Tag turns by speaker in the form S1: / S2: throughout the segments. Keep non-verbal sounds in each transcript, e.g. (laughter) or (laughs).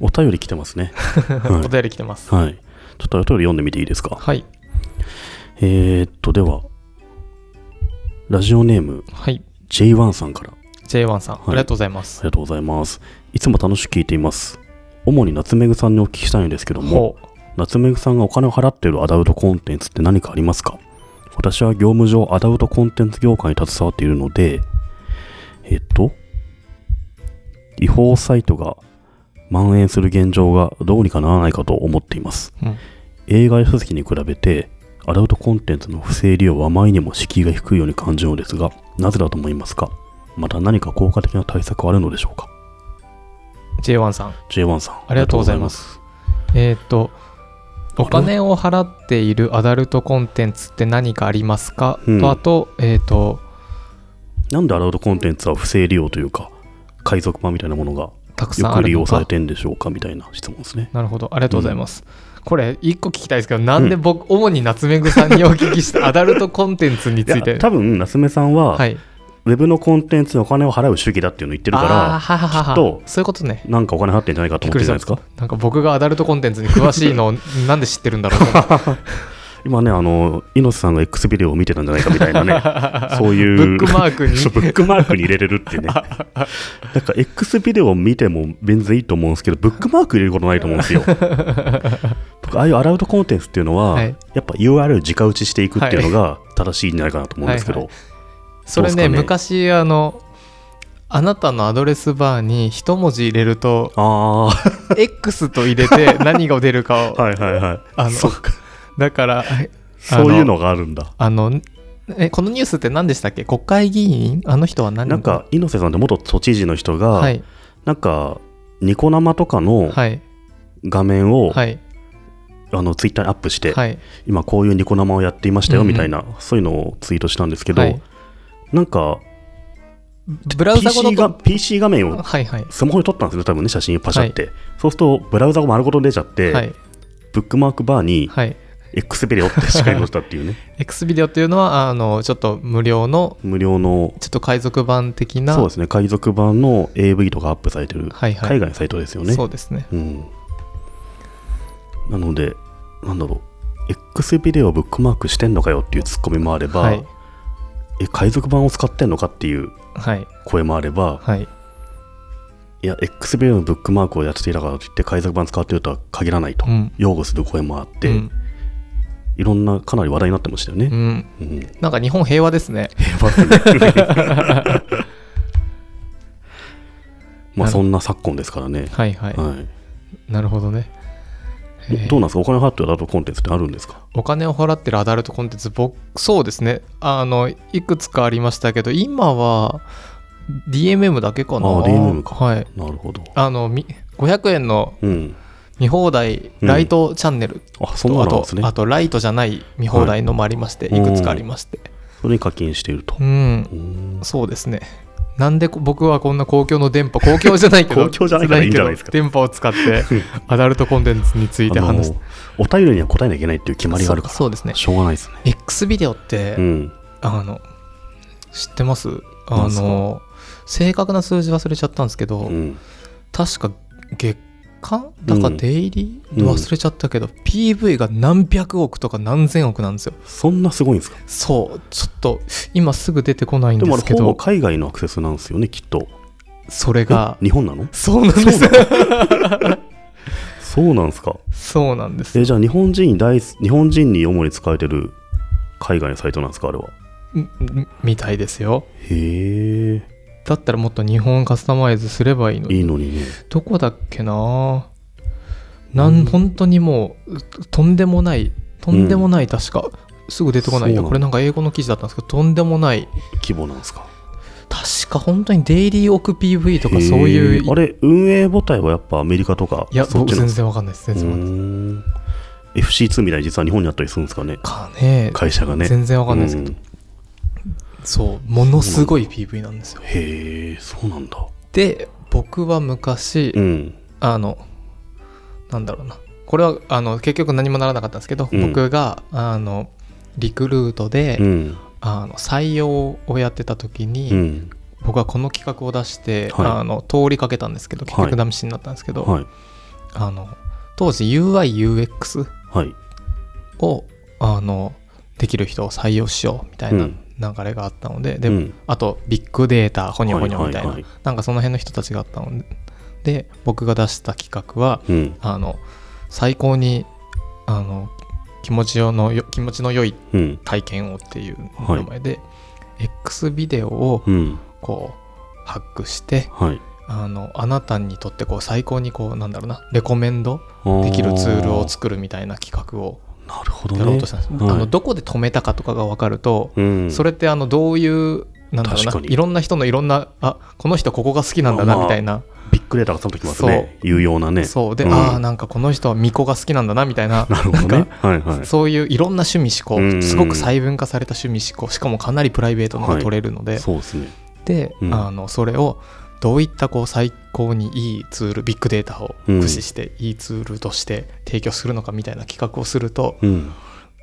S1: お便り来てますね。はい
S2: お便り来てます。
S1: はい。ちょっとお便り読んでみていいですか。
S2: はい。
S1: えー、っと、では、ラジオネーム
S2: はい。
S1: J1 さんから。
S2: J1 さん、
S1: い
S2: ありがとうございま
S1: あ
S2: す。
S1: りがとうございます。いつも楽しく聞いています。主に夏目ぐさんにお聞きしたいんですけども、
S2: ほう。
S1: 夏目ぐさんがお金を払っているアダルトコンテンツって何かありますか私は業務上アダルトコンテンツ業界に携わっているので、えっと、違法サイトが蔓延する現状がどうにかならないかと思っています。
S2: うん
S1: 映画や書籍に比べて、アダルトコンテンツの不正利用は前にも敷居が低いように感じるのですが、なぜだと思いますかまた何か効果的な対策はあるのでしょうか
S2: J1 さん。
S1: J1 さん。
S2: ありがとうございます。えーっと、
S1: あれ
S2: お金を払っているアダルトコンテンツって何かありますか、
S1: うん
S2: と、あと、えーっと、
S1: なんでアダルトコンテンツは不正利用というか、海賊版みたいなものが
S2: たくさ
S1: よ
S2: んあ
S1: く
S2: る
S1: 利
S2: の
S1: 用さ
S2: か
S1: れてんでしょうかみたいな質問ですね。
S2: なるほど、ありがとうございます。これ、一個聞きたいですけど、なんで僕、主に夏目ぐさんにお聞
S1: (laughs)
S2: きしたアダルトコンテンツに
S1: い
S2: つ
S1: や
S2: いて。
S1: 多分夏目さんは、
S2: はい。
S1: ウェブのコンテンツにお金を払う主義だっていうのを言ってる
S2: ああ
S1: か
S2: ー、はははは
S1: きっと
S2: そういうことね。
S1: ら、なんかお金払ってんじゃないかと
S2: びっ
S1: 思っ
S2: く
S1: てる
S2: りし
S1: じ
S2: た
S1: ゃないですか。
S2: なんか僕がアダルトコンテンツに詳し
S1: (laughs)
S2: いのをなんで知ってるんだろうと思って
S1: 今ね、あの、猪瀬さんが X ビデオを見てたんじゃないかみたいな
S2: (laughs)
S1: ね、そういう。
S2: ブックマークに
S1: そうブックマークに入れれるっていう
S2: (laughs)
S1: ね。なんか X ビデオを見ても全然いいと思うんですけど、ブックマーク入れることないと思うん
S2: (laughs)
S1: ですよ。僕、ああいうアラウトコンテンツっていうのは、
S2: はい
S1: やっぱ URL 直打ちしていくっていうのが正しいんじゃないかなと思うんですけど、
S2: はいそれ
S1: どうっす
S2: ね
S1: かね
S2: 昔あのあなたのアドレスバーに一文字入れ
S1: (laughs)
S2: ると
S1: ああ
S2: X と入れて何が出るかを、
S1: (laughs) はいはいはい。
S2: あの
S1: そっか
S2: だからあの
S1: そういうのがあるんだ。
S2: あのえこのニュースって何でしたっけ国会議員あの人は何
S1: なんか猪瀬さんって元都知事の人が、
S2: はい
S1: なんかニコ生とかの
S2: はい
S1: 画面を、
S2: はい
S1: あのツイッターにアップして、
S2: はい
S1: 今こういうニコ生をやっていましたよ
S2: うんうん
S1: みたいな、そういうのをツイートしたんですけど、
S2: はい
S1: なんか
S2: ブラウザご
S1: PC が
S2: と
S1: PC 画面を
S2: はいはい
S1: スマホで撮ったんですよ多分ね写真パシャって、そうするとブラウザが丸ごと出ちゃって、
S2: はい
S1: ブックマークバーに
S2: はい
S1: X ビデオってしっかり載せた
S2: (laughs)
S1: っていうね
S2: X ビデオっていうのはあのちょっと無料の
S1: 無料の
S2: ちょっと海賊版的な
S1: そうですね海賊版の AV とかアップされてる
S2: はいはい
S1: 海外のサイトですよね、
S2: そうですね
S1: うん、なのでなんだろう X ビデオをブックマークしてんのかよっていうツッコミもあれば、
S2: はい
S1: え海賊版を使ってんのかっていう
S2: はい
S1: 声もあれば、
S2: はい
S1: いや、X ビデオのブックマークをやっていたからといって、海賊版使っているとは限らないと、
S2: うん
S1: 擁護する声もあって、
S2: うん
S1: いろんな、かなり話題になってましたよ
S2: う
S1: ね。
S2: ん
S1: うん (laughs) や
S2: なんか日本平和ですね
S1: ばいねまあ、そんな昨今ですからね。
S2: (laughs) はいはい、
S1: は
S2: なるほどね
S1: い、
S2: えー
S1: どうなんですか、お金払ってるアダルトコンテンツってあるんですか
S2: お金を払ってるアダルトコンテンツ僕そうですねあのいくつかありましたけど今は DMM だけかな
S1: あー DMM か
S2: はい
S1: なるほど。
S2: あのみ500円の
S1: うん。
S2: 見放題
S1: うん
S2: ライトチャンネル
S1: あ、そん
S2: と、
S1: な
S2: あ
S1: のなん
S2: と
S1: ですね
S2: あ。とライトじゃない見放題のもありまして、
S1: はい
S2: い、くつかありまして
S1: それに課金していると
S2: う。ん
S1: うん
S2: そうですねなんでこ僕はこんな公共の電波公共じゃないけど
S1: (laughs) 公共じゃないからいいんじゃないですか
S2: (laughs) 電波を使ってアダルトコンテンツについて
S1: あの
S2: 話す
S1: お便りには答えなきゃいけないっていう決まりがあるか
S2: そうそうですね
S1: ら、しょうがないですね。
S2: X ビデオって、
S1: うん。
S2: あの知ってます
S1: な
S2: あ
S1: んすか
S2: の正確な数字忘れちゃったんですけど、
S1: うん。
S2: 確か月間だか
S1: うん
S2: デイリー、
S1: うん
S2: 忘れちゃったけど PV が何百億とか何千億なんですよ
S1: そんなすごいんですか
S2: そうちょっと今すぐ出てこないん
S1: で
S2: で
S1: もあ
S2: すけ
S1: れほぼ
S2: ど
S1: 海外のアクセスなんですよねきっと
S2: それが
S1: え日本なの
S2: そうなんですよ
S1: そうなんですか
S2: (laughs) そうなんです
S1: えじゃあ日本人に大す日本人に主に使えてる海外のサイトなんですかあれは
S2: んんみたいですよ
S1: へえ
S2: だったらもっと日本カスタマイズすればいいのに
S1: いいのにね
S2: どこだっけななん、本当にもううとんでもないとんでもない確か、すぐ出てこ
S1: そう
S2: ない
S1: な
S2: や
S1: の
S2: これなんか英語の記事だったんですけどとんでもない
S1: 規模なんですか
S2: 確か本当にデイリーオク PV とかそう
S1: へ
S2: いう
S1: ーあれ運営母体はやっぱアメリカとか
S2: いや
S1: そっ
S2: 僕
S1: ちなん
S2: 全
S1: です
S2: 然わかんないです全然わかんないです
S1: 然 FC2 みたいに実は日本にあったりするんですかね
S2: かね
S1: 会社がね
S2: 全然わかんないですけど、
S1: うん
S2: そうものすごい PV なんですよ
S1: へえそうなんだ
S2: で僕は昔、
S1: うん
S2: あのなんだろうなこれはあの結局何もならなかったんですけど、
S1: うん
S2: 僕があのリクルートで、
S1: うん
S2: あの採用をやってた時に、
S1: うん
S2: 僕はこの企画を出して、
S1: はい
S2: あの通りかけたんですけど結
S1: はい
S2: 局ダメしになったんですけど、
S1: はい
S2: あの当時 UIUX
S1: はい。
S2: をあのできる人を採用しようみたいな
S1: うん
S2: 流れがあったので、で
S1: うん
S2: あとビッグデータほにょほにょみたいな、
S1: はいはいは
S2: なんかその辺の人たちがあったのでで僕が出した企画は
S1: うん。
S2: あの最高にあの気持ちよのよ気持ちの良い
S1: うん。
S2: 体験をっていう
S1: はい
S2: 名前で、X ビデオを
S1: うん。
S2: こうハックして
S1: はい。
S2: あのあなたにとってこう最高にこうなんだろうなレコメンド
S1: あー
S2: できるツールを作るみたいな企画を
S1: なるほどね。
S2: やろうとしたんです、
S1: はい
S2: あのどこで止めたかとかが分かると、
S1: うん。
S2: それってあのどういうなんだろう
S1: 確
S2: な
S1: かに
S2: いろんな人のいろんなあこの人ここが好きなんだな
S1: まあ
S2: みたいな、
S1: ビッグデータがその時ますね。有用なね。
S2: そうで、
S1: ん
S2: ああなんかこの人は巫女が好きなんだなみたいな
S1: なるほどね
S2: なん。
S1: はい (laughs) はい。
S2: そういういろんな趣味思考、
S1: うん
S2: すごく細分化された趣味思考しかもかなりプライベートのが取れるので、
S1: そうですね。
S2: で、
S1: うん
S2: あのそれをどういったこう最高にいいツールビッグデータを駆使していいツールとして提供するのかみたいな企画をすると、
S1: うん。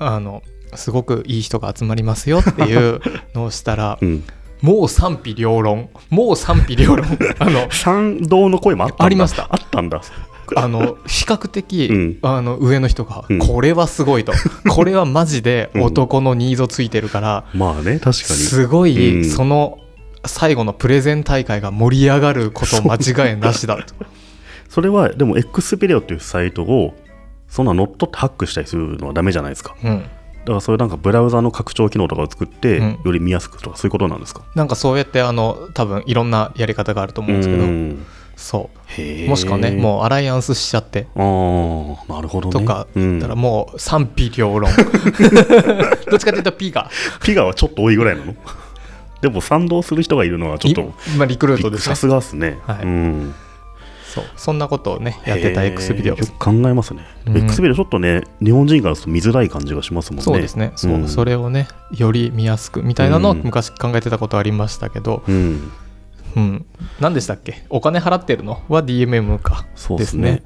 S2: あのすごくいい人が集まりますよって
S1: (laughs)
S2: いうのをしたら
S1: うん。
S2: もう賛否両論もう賛
S1: (laughs)
S2: 否両論あの
S1: 賛同の声もあったんだ
S2: ありました
S1: あったんだ。
S2: あの比較的、
S1: うん
S2: あの上の人が、
S1: うん
S2: これはすご
S1: (laughs)
S2: いとこれはマジで男のニーズをついてるから、
S1: まあね、確かに。
S2: すご
S1: うん
S2: いその最後のプレゼン大会が盛り上がること間違いなしだと。
S1: それは、でも X ビデオっていうサイトを、そんな乗っ取ってハックしたりするのはダメじゃないですか。
S2: うん
S1: だからそういうなんかブラウザの拡張機能とかを作って、
S2: うん
S1: より見やすくとかそういうことなんですか
S2: なんかそうやってあの多分いろんなやり方があると思うんですけど、
S1: ん
S2: そ
S1: へ
S2: う
S1: ー
S2: もしくはねもうアライアンスしちゃって
S1: ああなるほどね
S2: とか
S1: う
S2: だ
S1: ん、
S2: ったらもう賛否
S1: (laughs)
S2: 両論どっちかというと P が
S1: ピガはちょっと多いぐらいなのでも賛同する人がいるのはちょっと
S2: いまあ、リクルー
S1: び
S2: ト
S1: っく
S2: で
S1: り
S2: すね
S1: さすがですね、
S2: はい
S1: うん、
S2: そうそんなことをねやってた
S1: へー
S2: X ビデオ
S1: よく考えますね、
S2: うん
S1: X ビデオちょっとね日本人からすると見づらい感じがしますもんね
S2: そうですねそう、
S1: うん
S2: それをねより見やすくみたいなのを
S1: うん
S2: 昔考えてたことありましたけど、
S1: うん
S2: うん、何でしたっけお金払ってるのは DMM か
S1: そうで
S2: ですす
S1: ね
S2: ね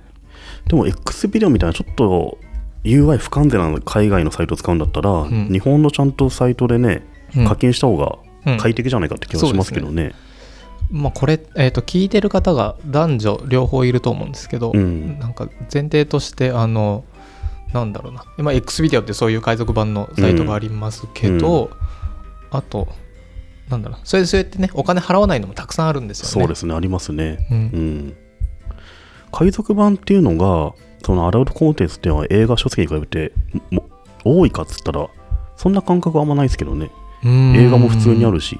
S1: でも X ビデオみたいなちょっと UI 不完全なので海外のサイトを使うんだったら、
S2: ん
S1: 日本のちゃんとサイトでね
S2: うん
S1: 課金した方が
S2: うん
S1: 快適じゃないかって気がしますけどね。
S2: まあ、これ、えー、と聞いてる方が男女両方いると思うんですけど、
S1: うん
S2: なんか前提としてあのなんだろうな、まあ、X ビデオってそういう海賊版のサイトがありますけど、あとなんだろうなそれそうやってねお金払わないのもたくさんあるんですよね、
S1: そうですすね、ありますね。
S2: う
S1: うんん。海賊版っていうのが、そのアダウトコンテンツっていうのは映画書籍に比べても多いかっつったら、そんな感覚はあんまないですけどね。
S2: うん
S1: 映画も普通にあるし。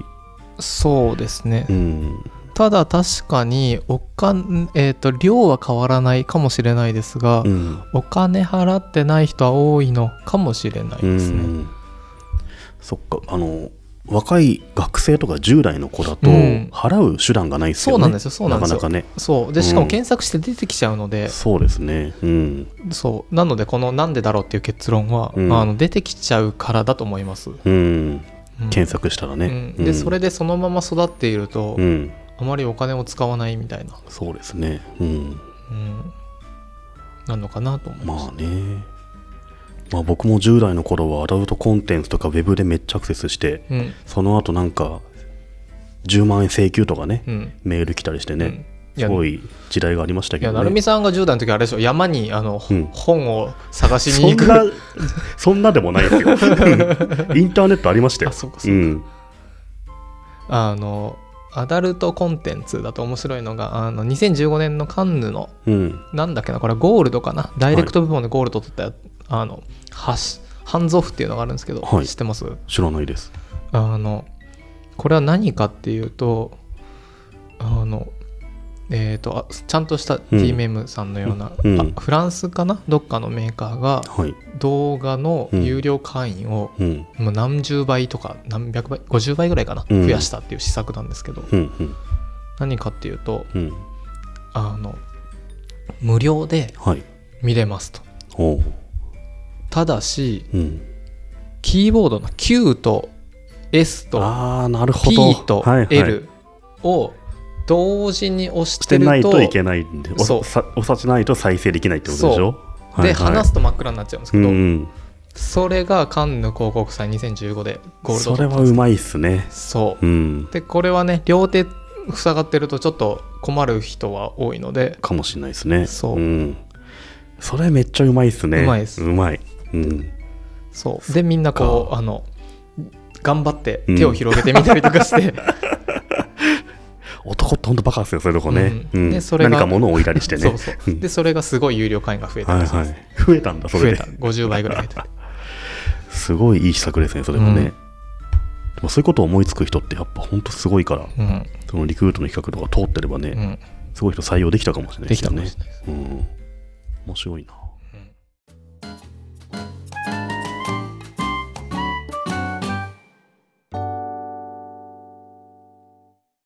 S2: そうですね、
S1: うん。
S2: ただ確かにお金、えー、と量は変わらないかもしれないですが、
S1: うん。
S2: お金払ってない人は多いのかもしれないですね、
S1: うんそっか、あの、若い学生とか10代の子だと、
S2: うん
S1: 払う手段がないです
S2: そ
S1: よ
S2: う
S1: ね。
S2: なんですよそうなんですよ
S1: なかなかね。
S2: そうでしか
S1: う
S2: も
S1: ん
S2: 検索して出てきちゃうので、
S1: そうですね。うん。
S2: そうなのでこの「なんでだろう」っていう結論は、
S1: うん
S2: あの出てきちゃうからだと思います、うん
S1: うん。検索したらね。
S2: うんでそれ
S1: で。
S2: でそのまま育っていると、
S1: うん。
S2: あまりお金を使わないみたいな、
S1: そうですね。うん。
S2: うん、なのかなと思いま、
S1: ますあね。まあ僕も10代の頃はアダルトコンテンツとかウェブでめっちゃアクセスして、
S2: うん
S1: その後なんか10万円請求とかね、
S2: うん
S1: メール来たりして
S2: う
S1: ね
S2: ん、
S1: すご
S2: い
S1: い時代がありましたけ
S2: や
S1: ど
S2: 成
S1: ね。
S2: 美さんが10代の時あれでしょ山にあの、
S1: うん
S2: 本を探し
S1: そ
S2: に
S1: ん
S2: 行く
S1: な、そんなでもないですよ。インターネットありましたよ。
S2: (laughs) あそうかそううか
S1: ん。
S2: あのアダルトコンテンツだと面白いのがあの2015年のカンヌの
S1: うん。
S2: なんだっけなこれはゴールドかなダイレクト部門でゴールド取った、あのハシハンズオフっていうのがあるんですけど、
S1: はい
S2: 知ってます
S1: 知らないです。
S2: あのこれは何かっていうとあのえー、とあちゃんとした DMM さんのような、
S1: うん
S2: あフランスかなどっかのメーカーが
S1: はい。
S2: 動画の有料会員を
S1: うん。
S2: もう何十倍とか何百倍50倍ぐらいかな
S1: うん
S2: 増やしたっていう施策なんですけど、
S1: うん。うん。
S2: 何かっていうと
S1: うん。
S2: あの無料で
S1: はい。
S2: 見れますと
S1: おう。
S2: ただし
S1: うん。
S2: キーボードの Q と S と
S1: ああ、なるほ
S2: P
S1: ど。
S2: と
S1: はいはい
S2: L を同時に押し
S1: してて
S2: る
S1: ない
S2: と
S1: といけないんで、お
S2: そう
S1: さおさしないと再生できないってことでしょ
S2: で話
S1: す
S2: すと真っ暗になっちゃうんです
S1: う
S2: けど、
S1: ん、
S2: それがカンヌ広告祭2015でゴールド
S1: それ
S2: 取
S1: は
S2: っ
S1: うまいっすね、
S2: た。そううんでこれはね両手塞がってるとちょっと困る人は多いので
S1: かもしれないですね。
S2: そうん
S1: それめっちゃうまいっすね
S2: うまいです
S1: うまいうん
S2: そうでみんなこうあの頑張って手を広げてみたりと
S1: (laughs)
S2: かして、
S1: 男ってほんとバカっすよそういうとこね、
S2: う
S1: うんん
S2: でそれが
S1: 何か物を置いたりしてね
S2: (laughs) そうそう
S1: うん
S2: でそれがすごい有料会員が増えた
S1: は
S2: ん
S1: い
S2: ですよ、
S1: はい増えたんだそ
S2: (laughs) 増
S1: れ
S2: え
S1: で
S2: た50倍ぐらい増えた
S1: すごいいい施策ですねそれもね、
S2: うん
S1: でもそういうことを思いつく人ってやっぱほんとすごいから
S2: うん、
S1: そのリクルートの企画とか通ってればね、
S2: うん、
S1: すごい人採用できたかもしれないで
S2: でき
S1: す
S2: た
S1: よ
S2: かも
S1: ね
S2: しれないです
S1: うん面白いな